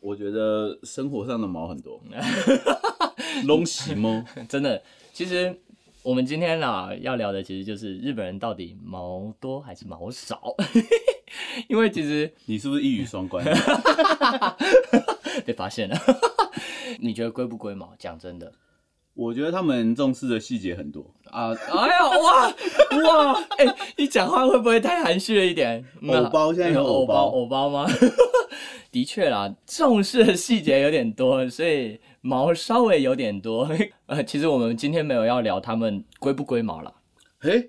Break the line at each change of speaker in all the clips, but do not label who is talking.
我觉得生活上的毛很 多，龙喜猫，
真的，其实我们今天啦要聊的其实就是日本人到底毛多还是毛少， 因为其实
你是不是一语 双关？
被发现了。 你觉得龟不龟毛？讲真的，
我觉得他们重视的细节很多啊，
哎呦哇哇，哎、你讲话会不会太含蓄了一点？那
偶包现在有
偶
偶
包
包
偶包吗？ 的确啦，重视的细节有点多，所以毛稍微有点多。呃，其实我们今天没有要聊他们龟不龟毛啦，
哎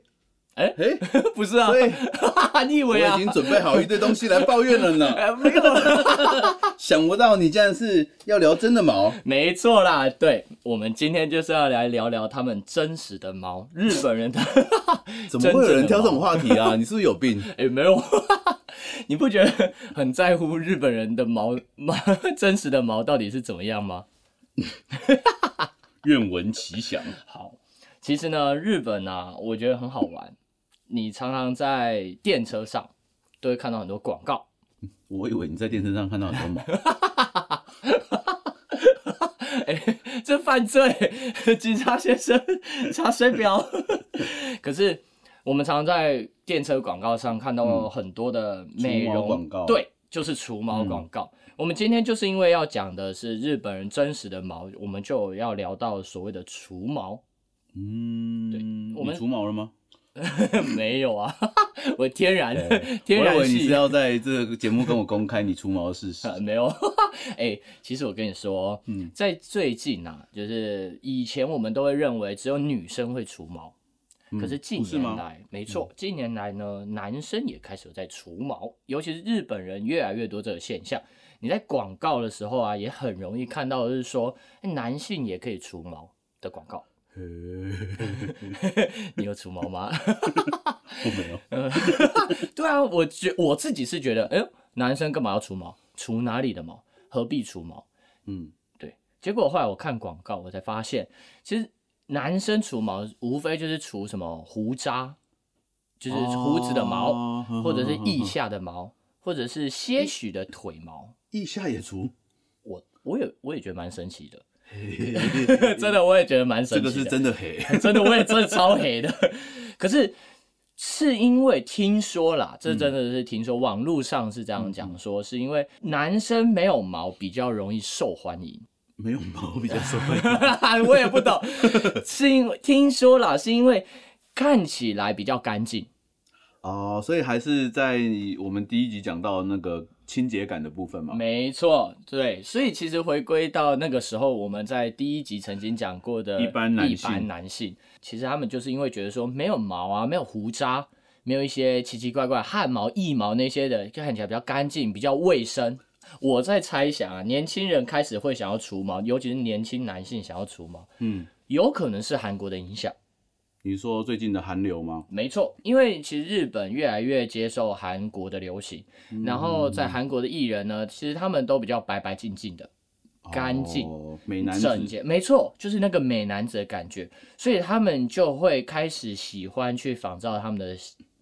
哎
哎，
不是啊？
所以
你以
我
为啊？
已经准备好一堆东西来抱怨了呢，
哎，没有啦
想不到你竟然是要聊真的毛，
没错啦，对，我们今天就是要来聊聊他们真实的毛，日本人的，
怎么会有人挑这种话题啊？你是不是有病？
哎、没有， 你不觉得很在乎日本人的毛毛 真实的毛到底是怎么样吗？
愿闻其详。
好，其实呢，日本啊，我觉得很好玩，你常常在电车上都会看到很多广告，
我以为你在电视上看到很多 毛，
这犯罪，警察先生查水表。可是我们常在电车广告上看到很多的美
嗯除
容
毛广告嗯
对，就是除毛广告。我们今天就是因为要讲的是日本人真实的毛，我们就要聊到所谓的除毛。
嗯，
我们
你除毛了吗？
没有啊，我天然
对
天
我
然
以为你是
系。呃
要在这个节目跟我公开你除毛的事实。
没有，哎、其实我跟你说，哦
嗯
在最近啊，就是以前我们都会认为只有女生会除毛，
嗯
可是近
不是
年
吗？嗯
来，没错，近年来呢，男生也开始有在除毛，尤其是日本人越来越多这个现象。你在广告的时候啊，也很容易看到，就是说哎男性也可以除毛的广告。你有除毛吗？
我没有，
对啊，我觉我自己是觉得，哎呦，男生干嘛要除毛？除哪里的毛？何必除毛？
嗯，
对，结果后来我看广告，我才发现，其实男生除毛无非就是除什么胡渣，就是胡子的毛。
嗯哦
或者是腋，下的
嗯
毛，或者是些许的腿毛。
腋下 也除，
我我也我也觉得蛮神奇 的，真的我也觉得蛮
这
神
个
奇
是
的，
真的黑。
真的我也真的超黑的。可是是因为听说啦，这真
嗯
的是听说，网络上是这样讲说，是因为男生没有毛比较容易受欢 迎。
没有毛比较受
我也不懂，是因为听说啦，是因为看起来比较干净。
哦，所以还是在我们第一集讲到那个清洁感的部分嘛。
没错，对，所以其实回归到那个时候，我们在第一集曾经讲过的
一般男
一
性
般男性，其实他们就是因为觉得说没有毛啊，没有胡渣，没有一些奇奇怪怪汗毛、腋毛那些的，就看起来比较干净，比较卫生。我在猜想啊，年轻人开始会想要除毛，尤其是年轻男性想要除毛，
嗯，
有可能是韩国的影响。
你说最近的韩流吗？
没错，因为其实日本越来越接受韩国的流行，
嗯
然后在韩国的艺人呢，其实他们都比较白白净净的。干净
哦美男
整
子，
洁，没错，就是那个美男子的感觉，所以他们就会开始喜欢去仿照他们的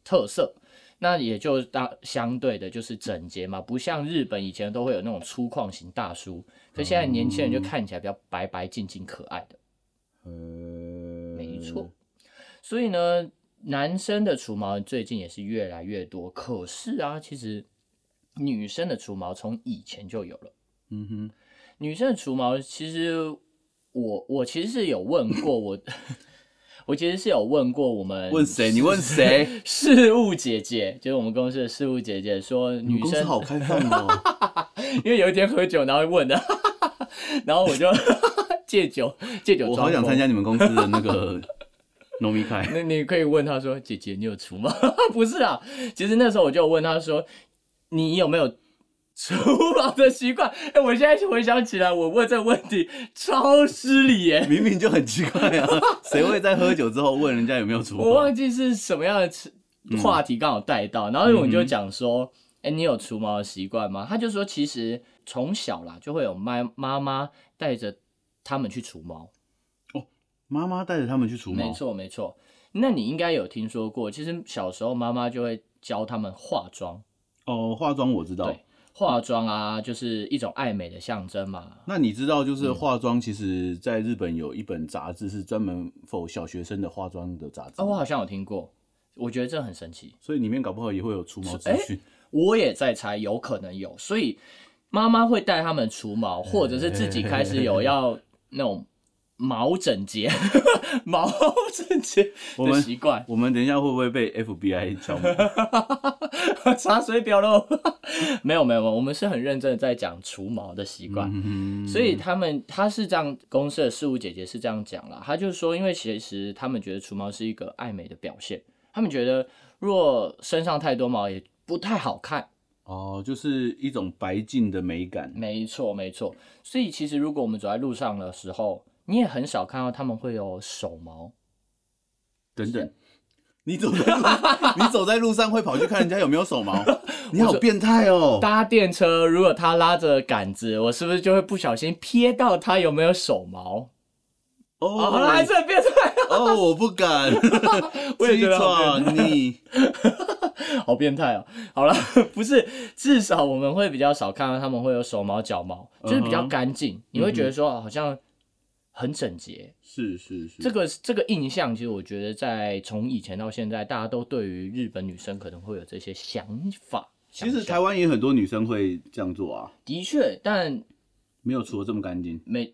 特色，那也就当相对的就是整洁嘛，不像日本以前都会有那种粗犷型大叔，可现在年轻人就看起来比较白白净净、可爱的，
呃，
没错。所以呢，男生的除毛最近也是越来越多，可是啊，其实女生的除毛从以前就有了。
嗯哼，
女生的除毛，其实我我其实是有问过我， 我其实是有问过我们
问谁？你问谁？
事务姐姐，就是我们公司的事务姐姐说
你们
女
公司
生，
好开放 哦。
因为有一天喝酒然后问的， 然后我就 戒酒戒酒，
我好想参。加你们公司的那 个农民开。
那你可以问她说：“ 啊姐姐，你有除吗？”不是啦，其实那时候我就有问她说：“你有没有厨房的习惯，哎、我现在回想起来，我问这个问题超失礼耶、
明明就很奇怪啊，谁会在喝酒之后问人家有没有 厨
我
房？
忘记是什么样的吃话题刚好带到，然后我们就讲说，
嗯
哎、你有除毛的习惯吗？他就说，其实从小啦就会有妈妈妈带着他们去除毛，
妈妈带着他们去除
没
毛，
错没错。那你应该有听说过，其实小时候妈妈就会教他们化妆，
哦，化妆我知道
对。化妆啊，就是一种爱美的象征嘛。
那你知道，就是化妆，其实在日本有一本杂志是专门否小学生的化妆的杂志
啊，，我好像有听过，我觉得这很神奇。
所以里面搞不好也会有除毛资讯。
我也在猜，有可能有，所以妈妈会带他们除
嗯
毛，或者是自己开始有要那种毛整洁、 毛整洁
我
的
们
习惯，
我们等一下会不会被 FBI 敲 门？
查水表喽。 没有没有，没有我们是很认真的在讲除毛的习惯。
嗯
所以他们他是这样，公司的事务姐姐是这样讲啦，她就是说，因为其实他们觉得除毛是一个爱美的表现，他们觉得若身上太多毛也不太好看，
哦，就是一种白净的美感。
没错，没错。所以其实如果我们走在路上的时候，你也很少看到他们会有手毛。
等等， 你走在路，你走在路上会跑去看人家有没有手 毛？你好变态哦！
搭电车，如果他拉着杆子，我是不是就会不小心瞥到他有没有手毛？哦，好了，还
哦
是很变态，
哦，我不敢，
我也觉得好
鸡爪你
好变态哦。好了， 不是，至少我们会比较少看到他们会有手毛、脚毛，就是比较
嗯哼
干净。你会觉得说、哦好像很整洁。
是是是，
这个这个印象，其实我觉得在从以前到现在，大家都对于日本女生可能会有这些想法。
其实
想象
台湾也很多女生会这样做啊，
的确，但
没有除的这么干 净。
没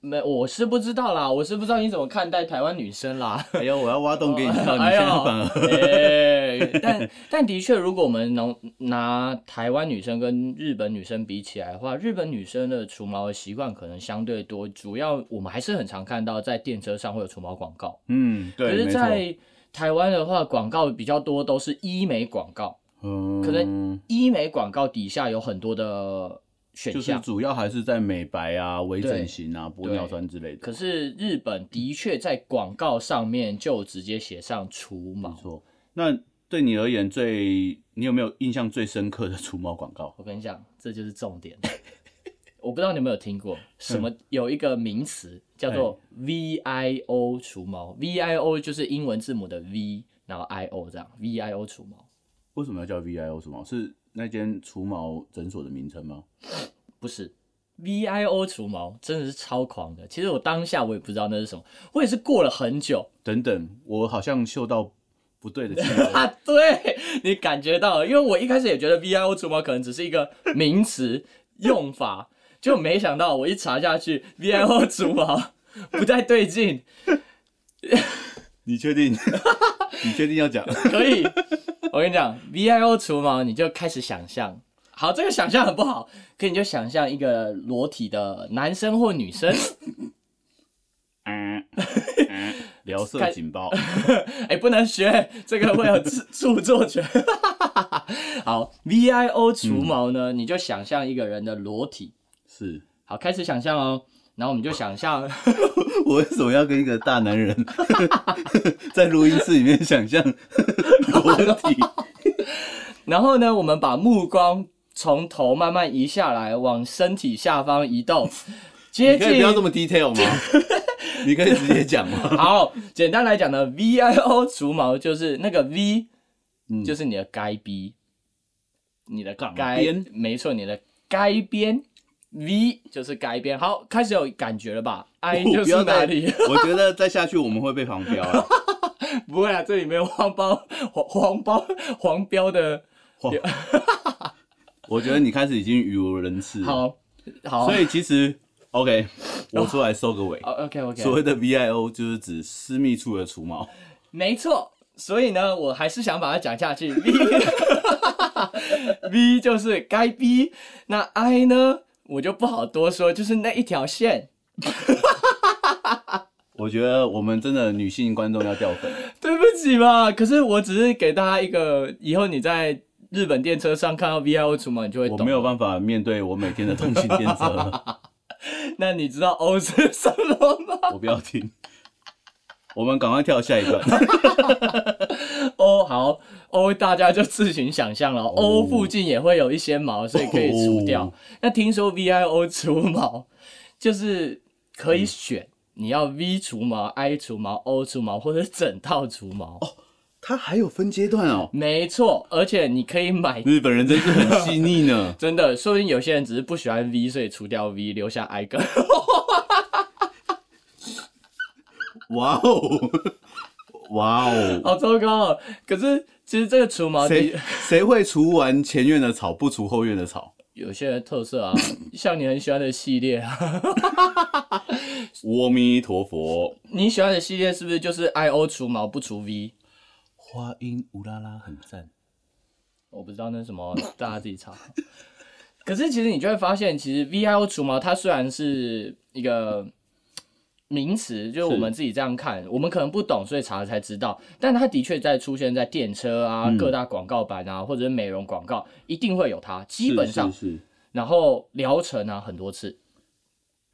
没，我是不知道啦，我是不知道你怎么看待台湾女生啦。
哎呦，我要挖洞给你跳，你
哎
现
呦
在反而
哎但但的确，如果我们能拿台湾女生跟日本女生比起来的话，日本女生的除毛的习惯可能相对多，主要我们还是很常看到在电车上会有除毛广告。
嗯，
可
对，
是，
没错，
在台湾的话，广告比较多都是医美广告，
嗯，
可能医美广告底下有很多的选
就是
项。
主要还是在美白啊、微
对
整形啊、玻尿酸之类的。
可是日本的确在广告上面就直接写上除
没
毛。
错，那对你而言最，你有没有印象最深刻的除毛广告？
我跟你讲，这就是重点。 我不知道你有没有听过，什么有一个名词叫做
哎
VIO 除毛，VIO 就是英文字母的 V，然后 IO 这样，VIO 除毛
为什么要叫 VIO 除毛？是那间除毛诊所的名称吗？
不是 VIO 除毛，真的是超狂的。其实我当下我也不知道那是什么，我也是过了很久，
等等，我好像嗅到不对的气 味。
啊，对你感觉到了，因为我一开始也觉得 VIO 除毛可能只是一个名词用法， 就没想到我一查下去，VIO 除毛不太对劲，
你确定？ 你确定要讲？ 啊
可以， 我跟你讲，VIO 除毛你就开始想象。好，这个想象很不好，可你就想象一个裸体的男生或女生，
嗯嗯聊色
看
警报。
哎、不能学，这个会有著著作权。 好，VIO 除毛呢，你就想象一个人的裸体，
是
好，开始想象哦。然后我们就想象，
我为什么要跟一个大男人 在录音室里面想 象裸体？
然后呢，我们把目光从头慢慢移下来，往身体下方移 动，接
你可以不
近
要。这么 detail 吗？ 你可以直接讲吗？
好，简单来讲呢，VIO 除毛就是那个 V，、
嗯
就是你的该 B，你的
港
该
边
没错，你的该边 V 就是该边。好，开始有感觉了吧？I
我
就
不
是
要再
哪里？
我觉得再下去我们会被黄标啊！
不会啊，这里没有黄包黄黄包黄标的。
黄，我觉得你开始已经语无伦次了。，
好，好，哦
所以其实 OK，我出来收个尾。
OK OK。
所谓的 VIO 就是指私密处的除毛，
没错，所以呢，我还是想把它讲下去。V V 就是该 B，那 I 呢，我就不好多说，就是那一条线。
我觉得我们真的女 性观众要掉粉。
对不起吧，可是我只是给大家一个，以后你在日本电车上看到 VR 为什么你就会
我
懂？
没有办法面对我每天的通勤电车 了，
那你知道 O 是什么吗
我不要听。我们赶快跳下一段。
？O 好，O 大家就自行想象了。O
哦
附近也会有一些毛，所以可以除掉。
哦
那听说 VIO 除毛就是可
嗯
以选。你要 V 除毛、I 除毛、O 除毛，或者是整套除毛，
哦它还有分阶段哦，
没错，而且你可以买。
日本人真是很细腻呢
真的，说不定有些人只是不喜欢 V，所以除掉 V，留下 I 跟 O。
哇哦，哇哦，
好糟糕哦！可是其实这个除毛
谁
的
谁会除完前院的草不除后院的草？
有些人特色啊，像你很喜欢的系列啊，
阿弥陀佛，
你喜欢的系列是不是就是 I O 除毛不除 V？
花音乌拉拉很赞。
我不知道那是什么， 大家自己查。可是其实你就会发现，其实 V I O 除毛它虽然是一个名词，就是我们自己这样看，我们可能不懂，所以查了才知道。但它的确在出现在电车啊、
嗯
各大广告版啊，或者是美容广告，一定会有它，基本上。
是是是
然后疗程啊很多次，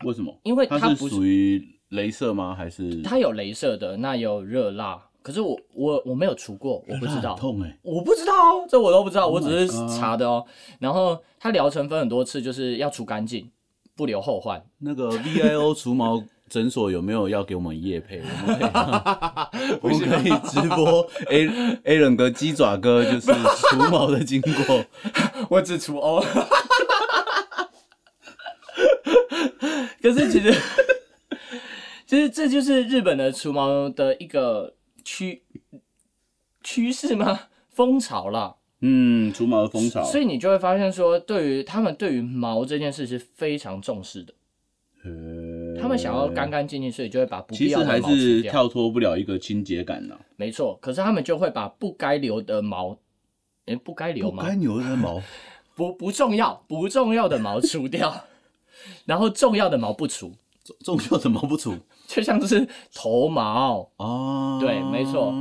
为什么？
因为它
它
不
是
是
属于镭射吗？还是
它有镭射的，那有热辣，可是我我我没有除过，我不知
它
道
很，痛哎、
我不知道哦，这我都不知道，我
Oh
只是
my God
查的哦。然后它疗程分很多次，就是要除干净，不留后 患。
那个 VIO 除毛诊所有没有要给我们业配？我们可以，我们可以直播 A A 冷哥、鸡爪哥就是除毛的经过。
我只除欧。
哦
可是其实，其实这就是日本的除毛的一个趋趋势吗？风潮啦，
嗯，除毛的风潮。
所以你就会发现说，对于他们对于毛这件事是非常重视的，
呃
他们想要干干净净，所以就会把不必
其实
要的
还
毛
是
除掉。
跳脱不了一个清洁感呐、啊。
没错，可是他们就会把不该留的毛，诶、不该留吗？
牛的毛，
不不重要，不重要的毛除掉， 然后重要的毛不除，
重要的毛不除
就像是头毛，
哦。
对没错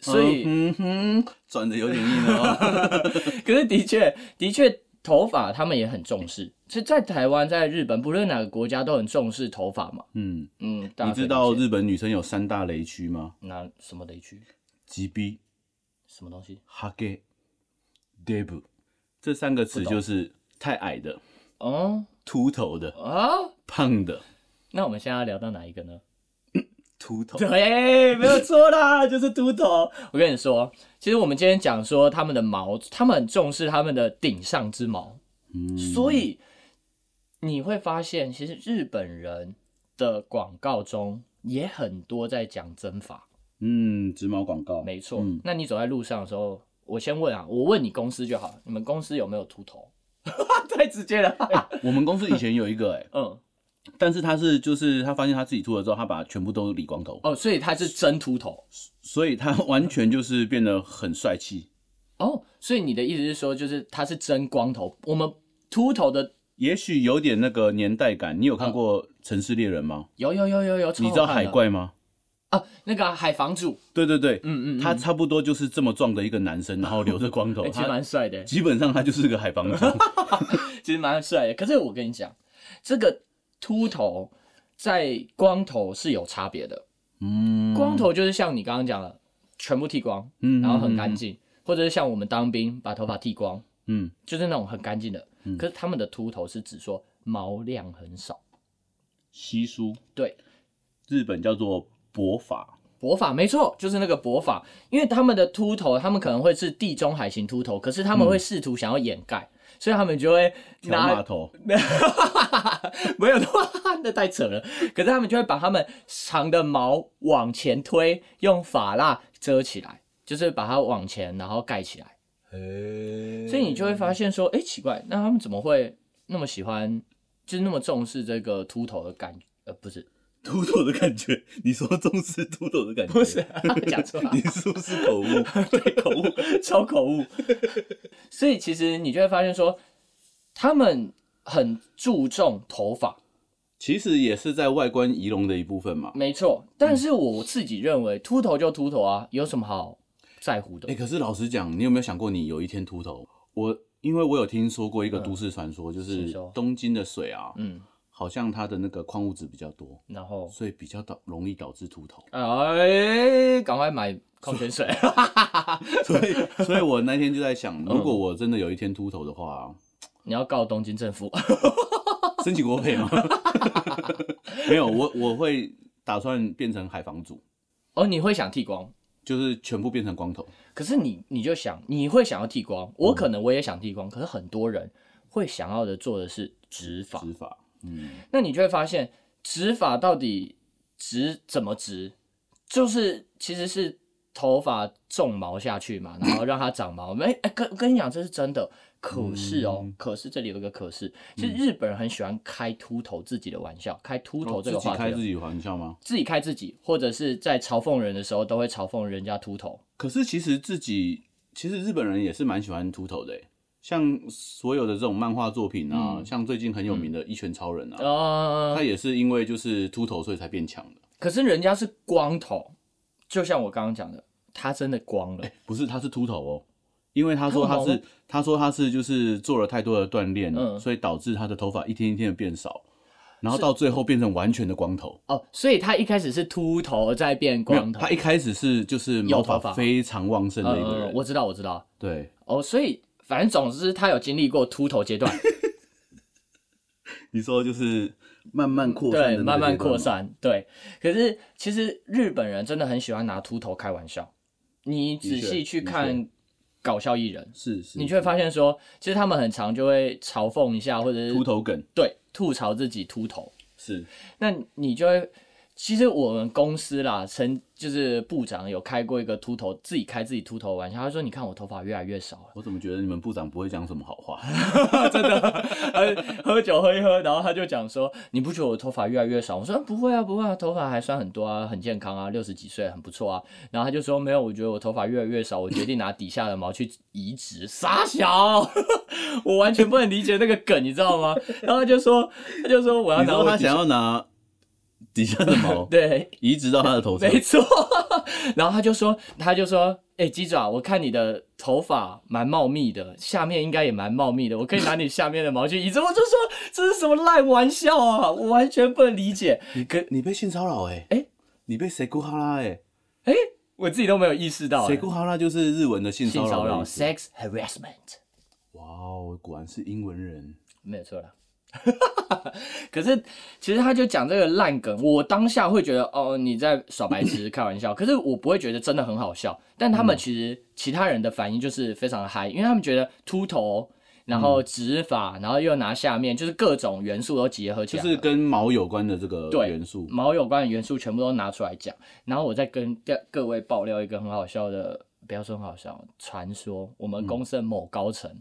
所以、
嗯哼，转的有点硬了、哦。
可是的确的确头发他们也很重视，是在台湾、在日本，不论哪个国家都很重视头发嘛。
嗯，
嗯，大家
你
可以
知道
理解
日本女生有三大雷区吗？
那什么雷区，
吉逼、
什么东西？
哈给、deb，这三个词就是太矮的、
哦
秃头的、
啊，
胖的、
那我们现在要聊到哪一个呢？
秃 头。
对，没有错啦， 就是秃头。我跟你说，其实我们今天讲说他们的毛，他们很重视他们的顶上之毛，
嗯，
所以你会发现，其实日本人的广告中也很多在讲增法。
嗯，直毛广告，
没错，
嗯
那你走在路上的时候，我先问啊，我问你公司就好，你们公司有没有秃头？ 太直接了。
我们公司以前有一个哎、
嗯，
但是他是就是他发现他自己秃了之后，他把全部都理光头，
哦，所以他是真秃头。
所以他完全就是变得很帅气。
哦，所以你的意思是说，就是他是真光头，我们秃头的
也许有点那个年代感。你有看过《城市猎人》吗？
有有有有有，嗯超
你
好
知道
看
海
的
怪吗？
啊，那个啊海房主，
对对对，
嗯嗯嗯
他差不多就是这么壮的一个男生，然后留着光 头，
欸其实
哦他
蛮帅的，
基本上他就是个海 帮主。
其实蛮帅的。可是我跟你讲，这个秃头在光头是有差别的，
嗯，
光头就是像你刚刚讲的，全部剃光，
嗯，嗯
然后很干，净，或者是像我们当兵把头发剃光，
嗯，
就是那种很干净的。可是他们的秃头是指说毛量很少，
稀疏，
对，
日本叫做薄发，
薄发没错，就是那个薄发，因为他们的秃头，他们可能会是地中海型秃头，可是他们会试图想要掩盖，所以他们就会
嗯条码
拿，
头，
没有的话那太扯了，可是他们就会把他们长的毛往前推，用发蜡遮起来，就是把它往前然后盖起来，
嗯
所以你就会发现说，哎、奇怪，那他们怎么会那么喜欢，就是那么重视这个秃头的感觉？呃，不是，
秃头的感觉。你说重视秃头的感觉，
不是 啊讲错了
你是不是口误？
对，口误，超口误。所以其实你就会发现说，他们很注重头发，
其实也是在外观仪容的一部分嘛。
没错。但是我自己认为，秃头就秃头啊，有什么好在乎的？
哎、可是老实讲，你有没有想过，你有一天秃头？我因为我有听说过一个都市传说，就是
嗯请说
东京的水啊，
嗯，
好像它的那个矿物质比较多，
然后。
所以比较导容易导致秃头
哎，赶快买矿泉 水，
所以，所以我那天就在
嗯
想，如果我真的有一天秃头的话，
你要告东京政府。
申请国赔吗？ 没有，我我会打算变成海防主，
哦，你会想剃光，
就是全部变成光头。
可是你你就想你会想要剃光，我可能我也想剃光，可是很多人会想要的做的是植发，
执法，嗯，
那你就会发现植发到底植怎么植，就是其实是头发种毛下去 嘛，然后让它长毛。没、哎，跟跟你讲这是真的，可是哦，
嗯
可是这里有一个可是，其实日本人很喜欢开秃头自己的玩笑，开秃头这
自
个
己
话题
开
哦、
自己玩笑吗？
自己开自己，或者是在嘲讽人的时候都会嘲讽人家秃头。
可是其实自己，其实日本人也是蛮喜欢秃头的欸，像所有的这种漫画作品啊，
嗯
像最近很有名的《一拳超人》啊，
呃，
他也是因为就是秃头所以才变强的，
可是人家是光头，就像我刚刚讲的，他真的光了。
不是他是秃头哦。因为他说他
他有
是，他说他是就是做了太多的锻炼，
嗯
所以导致他的头发一天一天的变少，然后到最后变成完全的光头。
哦，所以他一开始是秃头，再变
没有
光，头。
他一开始是就是
有
毛
头发
发非常旺盛的一个
呃，
人，
我知道，我知道。
对，
哦，所以反正总之，他有经历过秃头阶 段，
你说就是慢慢扩散的那
对，
个
慢慢
阶段
扩
吗。
散，对。可是其实日本人真的很喜欢拿秃头开玩笑，你仔
的确
细去
的确
看搞笑艺人，
是是，
你就会发现说，其实他们很常就会嘲讽一下，或者是
秃头梗
对吐槽自己秃头。
是
那你就会，其实我们公司啦，曾就是部长有开过一个秃头，自己开自己秃头的玩笑，他说：“你看我头发越来越少了。
我怎么觉得你们部长不会讲什么好话？”
呃，喝酒喝一喝，然后他就讲说：“你不觉得我头发越来越少？”我说：“不会啊，不会啊，头发还算很多啊，很健康啊，六十几岁很不错啊。”然后他就说：“没有，我觉得我头发越来越少，我决定拿底下的毛去移植。”傻小， 我完全不能理解那个梗，你知道吗？然后他就说， 他就说我要
你
拿我
说他
底下
想要拿底下的毛
对
移植到他的头上，
没错。 然后他就说，他就说，哎、鸡爪，我看你的头发蛮茂密的，下面应该也蛮茂密的，我可以拿你下面的毛去移植。我就说这是什么烂玩笑啊！我完全不能理解。
你跟你被性骚扰哎
哎
你被谁咕哈拉哎？
哎、我自己都没有意识到、
谁
欸，
咕哈拉就是日文的性
性
骚
骚
扰
扰
的意思。
（sex harassment）
哇哦，果然是英文人。
没有错了。 可是，其实他就讲这个烂梗，我当下会觉得哦你在耍白痴开玩笑，可是我不会觉得真的很好笑。但他们
嗯
其实其他人的反应就是非常的嗨，因为他们觉得秃头，然后直发，然后又拿下面，就是各种元素都结合起
嗯就
来，
是跟毛有关的这个
对
元素，
毛有关的元素全部都拿出来讲。然后我再跟各各位爆料一个很好笑的，不要说很好笑，传说我
嗯
们公司的某高层。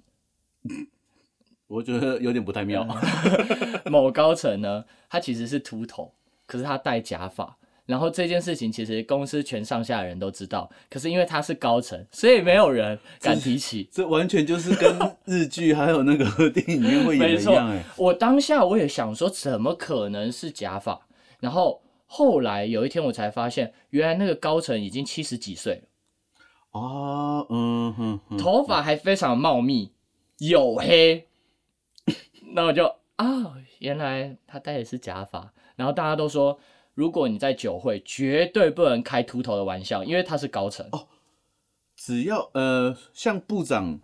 我觉得有点不太妙。
某高层呢，他其实是秃头，可是他戴假发。然后这件事情其实公司全上下的人都知道，可是因为他是高层，所以没有人敢提起。
这完全就是跟日剧还有那个电影里面会演
没
的一
错
样哎。
我当下我也想说，怎么可能是假发？然后后来有一天我才发现，原来那个高层已经七十几岁了，
啊，嗯哼哼，
头发还非常茂密，黝黑。 那我就啊、原来他戴的是假发。然后大家都说，如果你在酒会，绝对不能开秃头的玩笑，因为他是高层。
哦只要呃，像部长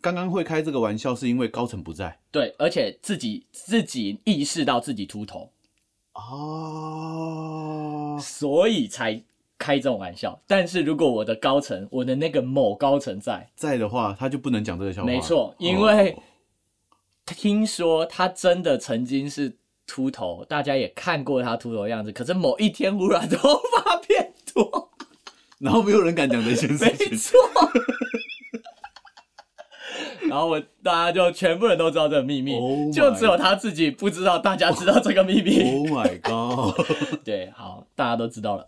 刚刚会开这个玩笑，是因为高层不在
对，而且自己自己意识到自己秃头，
哦，
所以才开这种玩笑。但是如果我的高层，我的那个某高层在，
在的话，他就不能讲这个笑话。
没错因为
哦
听说他真的曾经是秃头，大家也看过他秃头的样子，可是某一天忽然头发变多，
然后没有人敢讲这件
没
事情。
错。然后我大家就全部人都知道这个秘密
Oh my
就只有他自己不知道，大家知道这个秘密。
Oh my god！
对，好，大家都知道了。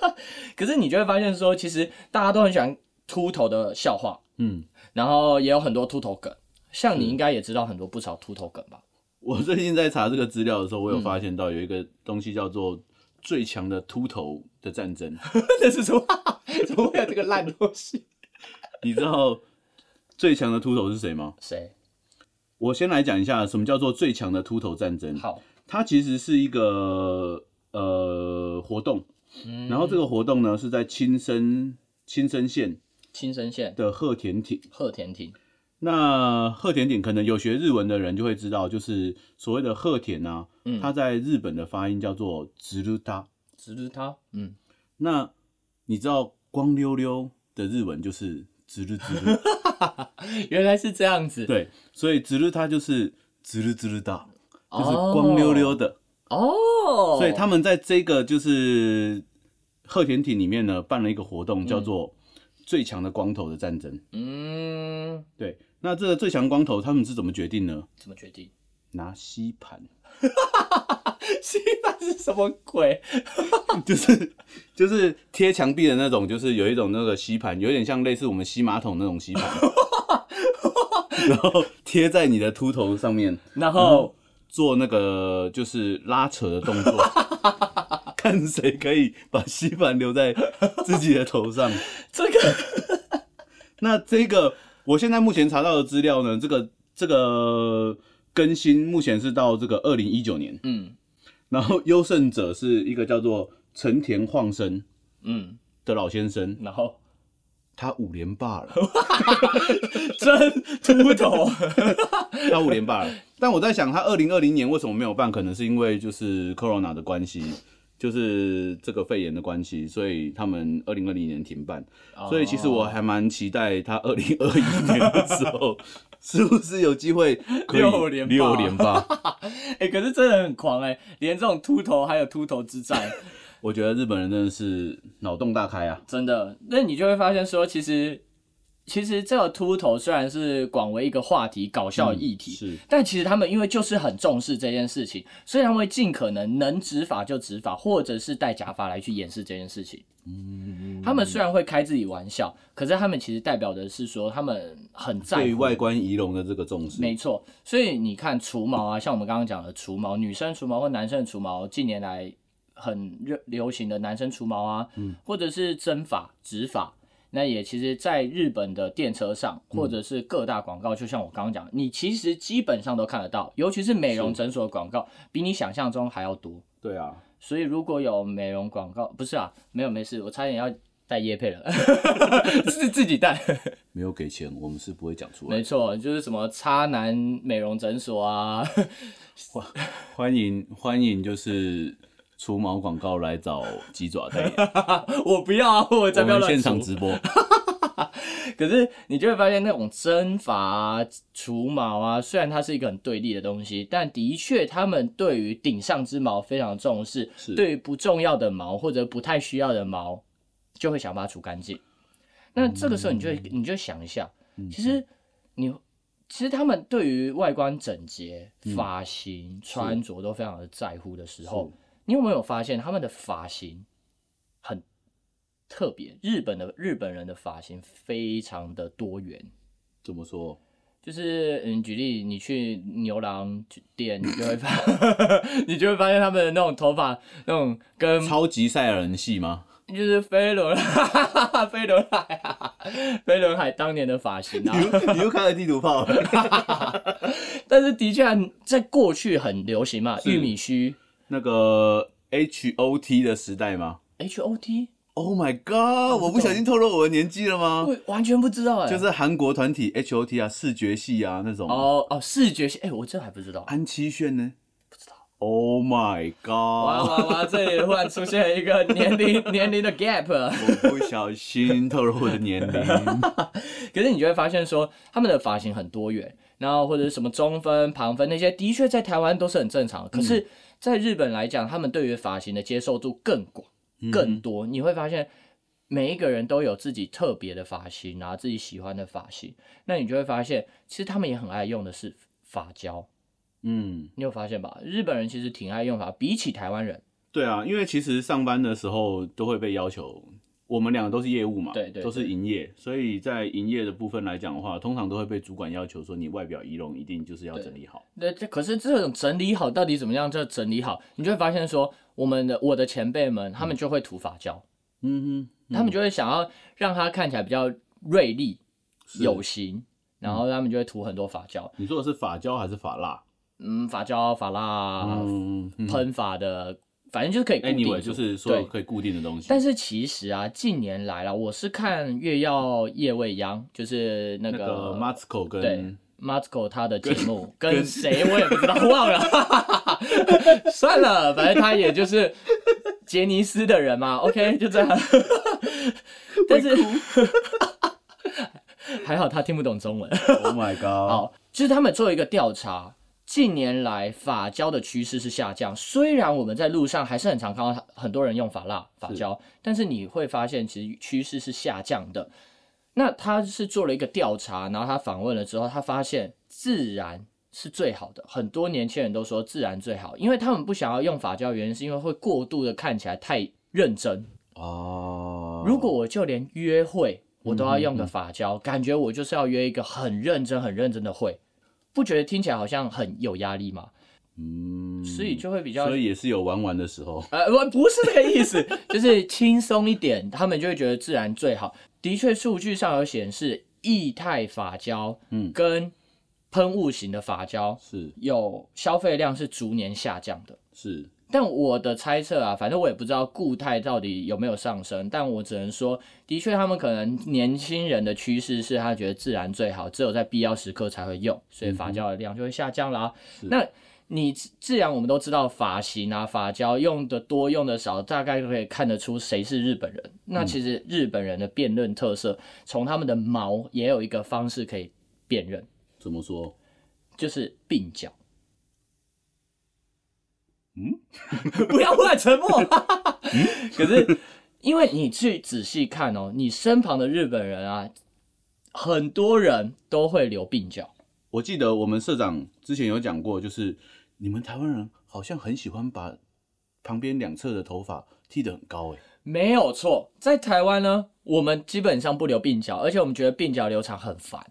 可是你就会发现说，其实大家都很喜欢秃头的笑话，
嗯，
然后也有很多秃头梗。像你应该也知道很多不少秃头梗吧？
我最近在查这个资料的时候，
嗯
我有发现到有一个东西叫做“最强的秃头的战争
真的是什么？怎么会有这个烂东西？”。
你知道最强的秃头是谁吗？
谁？
我先来讲一下什么叫做最强的秃头战争。
好，
它其实是一个呃活动，
嗯
然后这个活动呢是在青森青森县
青森县
的鹤田町。
鹤田町，
那鹤田町可能有学日文的人就会知道，就是所谓的鹤田啊，
嗯
它在日本的发音叫做直鲁达。
直日他，嗯，
那你知道光溜溜的日文就是直鲁直鲁，
原来是这样子，，
对，所以直鲁它就是直鲁直鲁达，就是光溜溜的。
哦，
所以他们在这个就是鹤田町里面呢，办了一个活动，叫做“最强的光头的战争”
嗯，
对，那这个最强光头他们是怎么决定呢？
怎么决 定？
拿吸盘，
西班是什么鬼？
就是就是贴墙壁的那种，就是有一种那个吸盘，有点像类似我们吸马桶那种吸盘，然后贴在你的秃头上面，
然
然
后
后做那个就是拉扯的动作，看谁可以把吸盘留在自己的头上。
这个
那这个我现在目前查到的资料呢，这个这个更新目前是到这个二零一九年，
嗯
然后优胜者是一个叫做成田晃生
嗯，
的老先生，
然后
他五连霸了，
真秃头，
他五连霸了。但我在想，他二零二零年为什么没有办？可能是因为就是 corona 的关系，就是这个肺炎的关系，所以他们二零二零年停办。
哦
所以其实我还蛮期待他二零二一年的时候，是不是有机会可以
六连霸
六连霸？
哎、可是真的很狂哎、连这种秃头还有秃头之战，
我觉得日本人真的是脑洞大开啊！
真的，那你就会发现说，其实其实这个秃头虽然是广为一个话题、搞笑议题，
是
但其实他们因为就是很重视这件事情，所以他们会尽可能能执法就执法，或者是戴假发来去掩饰这件事情。
嗯
他们虽然会开自己玩笑，可是他们其实代表的是说他们很在
对
乎
外观仪容的这个重视，
没错，所以你看除毛啊，像我们刚刚讲的除毛，女生除毛或男生的除毛，近年来很热流行的男生除毛啊，或者是针法、直法，那也其实在日本的电车上，或者是各大广告，就像我刚刚讲的，你其实基本上都看得到，尤其是美容诊所的广告，比你想象中还要多。
对啊，
所以如果有美容广告，不是啊，没有没事，我差点要带叶配了， 是自己带。
没有给钱，我们是不会讲出来
没。错，就是什么渣男美容诊所啊，
欢迎欢迎，就是除毛广告来找鸡爪代言，
我不要啊，我才
我
不要
们
乱
现场
除
直播。
可是你就会发现，那种针法啊、除毛啊，虽然它是一个很对立的东西，但的确他们对于顶上之毛非常重视，
是
对于不重要的毛或者不太需要的毛，就会想把它除干净。那这个时候，你就会、
嗯
你就想一下，其实你其实他们对于外观整洁、
嗯
发型、穿着都非常的在乎的时候，你有没有发现他们的发型很特别？日本的日本人的发型非常的多元。
怎么说？
就是嗯，举例，你去牛郎店，你就会发， 你就会发现他们的那种头发，那种跟
超级赛亚人系吗？
就是飞轮， 飞轮海啊，飞轮海当年的发型啊。
又 你又开了地图炮了。
但是的确，在过去很流行嘛，
是
玉米须
那个 H O T 的时代吗
H O T，
？Oh my god！我不小心透露我的年纪了吗？
我完全不知道哎、
就是韩国团体 H O T 啊，视觉系啊那种。
哦哦，视觉系哎、我这还不知道。
安七炫呢？不知道。Oh my
哇哦
god！
哇哇！这里忽然出现了一个年龄 年龄的 gap。
我不小心透露我的年龄。
可是你就会发现说，他们的发型很多元，然后或者是什么中分、旁分那些，的确在台湾都是很正常的。可是，在日本来讲，他们对于发型的接受度更广、更多。你会发现，每一个人都有自己特别的发型，然后自己喜欢的发型。那你就会发现，其实他们也很爱用的是发胶。
嗯，
你有发现吧？日本人其实挺爱用发，比起台湾人，
对啊，因为其实上班的时候都会被要求，我们两个都是业务嘛，
对对
都是营业，所以在营业的部分来讲的话，通常都会被主管要求说，你外表仪容一定就是要整理好。
那这可是这种整理好到底怎么样？这整理好，你就会发现说，我们的我的前辈们，他们就会涂发胶。
嗯哼，
他们就会想要让它看起来比较锐利、
是
有型，然后他们就会涂很多发胶，
你说的是发胶还是发蜡？
嗯，发胶、发蜡、啊
嗯，嗯
喷发的，反正就是可以固定住。
，anyway，就是所有
对
可以固定的东西。
但是其实啊，近年来啦，我是看越要夜未央，就是那
那个
个
m a t s c o
对
跟
Matsuko 他的节 目跟谁我也不知道，忘了， 算了，反正他也就是杰尼斯的人嘛，OK，就这 样。但是 还好他听不懂中文。
Oh my God，
好，就是他们做一个调查，近年来发胶的趋势是下降。虽然我们在路上还是很常看到很多人用发蜡、发胶，但是你会发现其实趋势是下降的。那他是做了一个调查，然后他访问了之后，他发现自然是最好的。很多年轻人都说自然最好，因为他们不想要用发胶，原因是因为会过度的看起来太认真。
哦，
如果我就连约会我都要用个发胶，感觉我就是要约一个很认真、很认真的会，不觉得听起来好像很有压力吗？
嗯，
所以就会比较
所以也是有玩玩的时候。
呃，我不是那个意思， 就是轻松一点，他们就会觉得自然最好。的确，数据上有显示，液态发胶
嗯
跟喷雾型的发胶
是
有消费量是逐年下降的。
是，
但我的猜测啊，反正我也不知道固态到底有没有上升，但我只能说，的确他们可能年轻人的趋势是他觉得自然最好，只有在必要时刻才会用，所以发胶的量就会下降啦。
是
那你自自然我们都知道发型啊、发胶用的多用的少，大概就可以看得出谁是日本人。那其实日本人的辨认特色，从他们的毛也有一个方式可以辨认，
怎么说？
就是鬓角。
嗯，
不要忽然沉默。可是因为你去仔细看哦，你身旁的日本人啊，很多人都会留鬓角。
我记得我们社长之前有讲过，就是你们台湾人好像很喜欢把旁边两侧的头发剃得很高、欸，
没有错，在台湾呢，我们基本上不留鬓角，而且我们觉得鬓角留长很烦。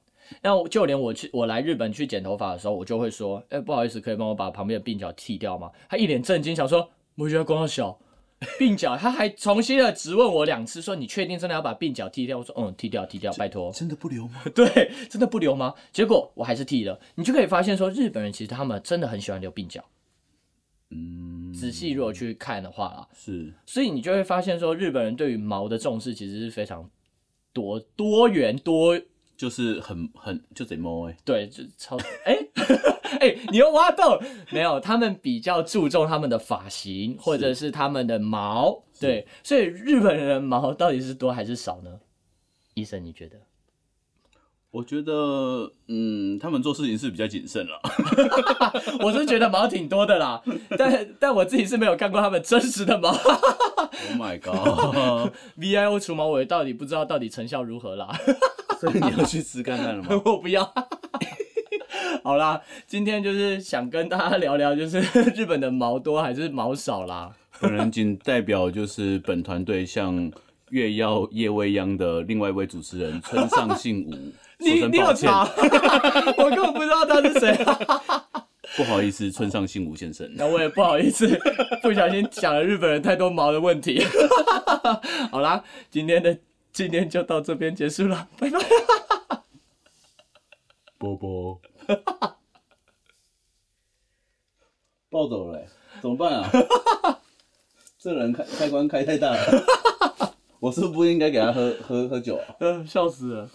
那我就连我去我来日本去剪头发的时候，我就会说，哎、不好意思，可以帮我把旁边的鬓角剃掉吗？他一脸震惊，想说，我觉得光小鬓角，他还重新的质问我两次，说你确定真的要把鬓角剃掉？我说，嗯，剃掉，剃掉，拜 托。
真的不留吗？
对，真的不留吗？结果我还是剃了。你就可以发现说，日本人其实他们真的很喜欢留鬓角。
嗯，
仔细如果去看的话啦，
是
所以你就会发现说，日本人对于毛的重视其实是非常多多元多
就是很很就贼猫哎，
对，就超哎 哎、你又挖到了没有？他们比较注重他们的发型或者是他们的毛，对，所以日本人的毛到底是多还是少呢？医生，你觉得？
我觉得嗯，他们做事情是比较谨慎了。
我是觉得毛挺多的啦，但但我自己是没有看过他们真实的毛。
oh my god！
VIO 除毛我也到底不知道到底成效如何啦，
所以你要去吃看看了 吗？
我不要。好啦，今天就是想跟大家聊聊，就是 日本的毛多还是毛少啦。
本人仅代表就是本团队向月曜夜未央的另外一位主持人村上信 吾说
你
声
你有
抱歉，
查？ 我根本不知道他是谁、啊
不好意思，村上信吾先生。
那我也不好意思，不小心讲了日本人太多毛的问题。 好啦，今天的今天就到这边结束了，拜拜。
波波，暴走了欸、怎么办 啊？这人开开关开太大了，我是不应该给他喝喝喝酒啊、
嗯、笑死了。